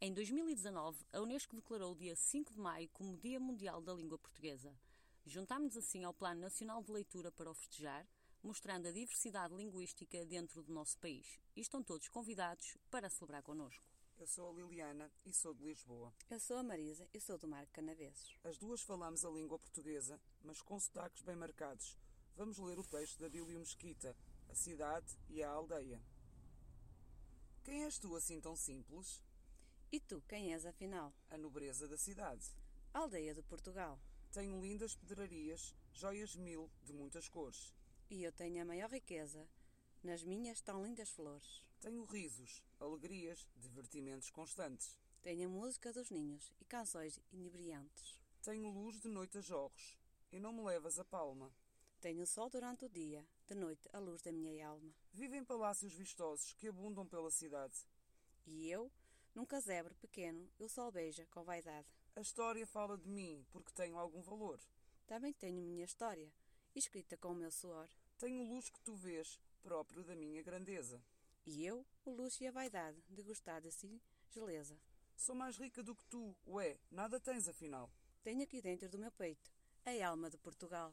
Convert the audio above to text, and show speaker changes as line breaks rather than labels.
Em 2019, a Unesco declarou o dia 5 de maio como Dia Mundial da Língua Portuguesa. Juntámos-nos assim ao Plano Nacional de Leitura para o festejar, mostrando a diversidade linguística dentro do nosso país. E estão todos convidados para celebrar connosco.
Eu sou a Liliana e sou de Lisboa.
Eu sou a Marisa e sou do Marco Canaveses.
As duas falamos a língua portuguesa, mas com sotaques bem marcados. Vamos ler o texto da Bílio Mesquita, A Cidade e a Aldeia. Quem és tu assim tão simples?
E tu, quem és afinal?
A nobreza da cidade.
Aldeia de Portugal.
Tenho lindas pedrarias, joias mil de muitas cores.
E eu tenho a maior riqueza. Nas minhas tão lindas flores.
Tenho risos, alegrias, divertimentos constantes.
Tenho a música dos ninhos e canções inebriantes.
Tenho luz de noite a jorros, e não me levas a palma.
Tenho sol durante o dia, de noite a luz da minha alma.
Vivo em palácios vistosos que abundam pela cidade.
E eu, num casebre pequeno, eu sol beija com vaidade.
A história fala de mim porque tenho algum valor.
Também tenho minha história, escrita com o meu suor.
Tenho luz que tu vês, próprio da minha grandeza.
E eu, o luxo e a vaidade de gostar de si, geleza.
Sou mais rica do que tu, ué, nada tens afinal.
Tenho aqui dentro do meu peito a alma de Portugal.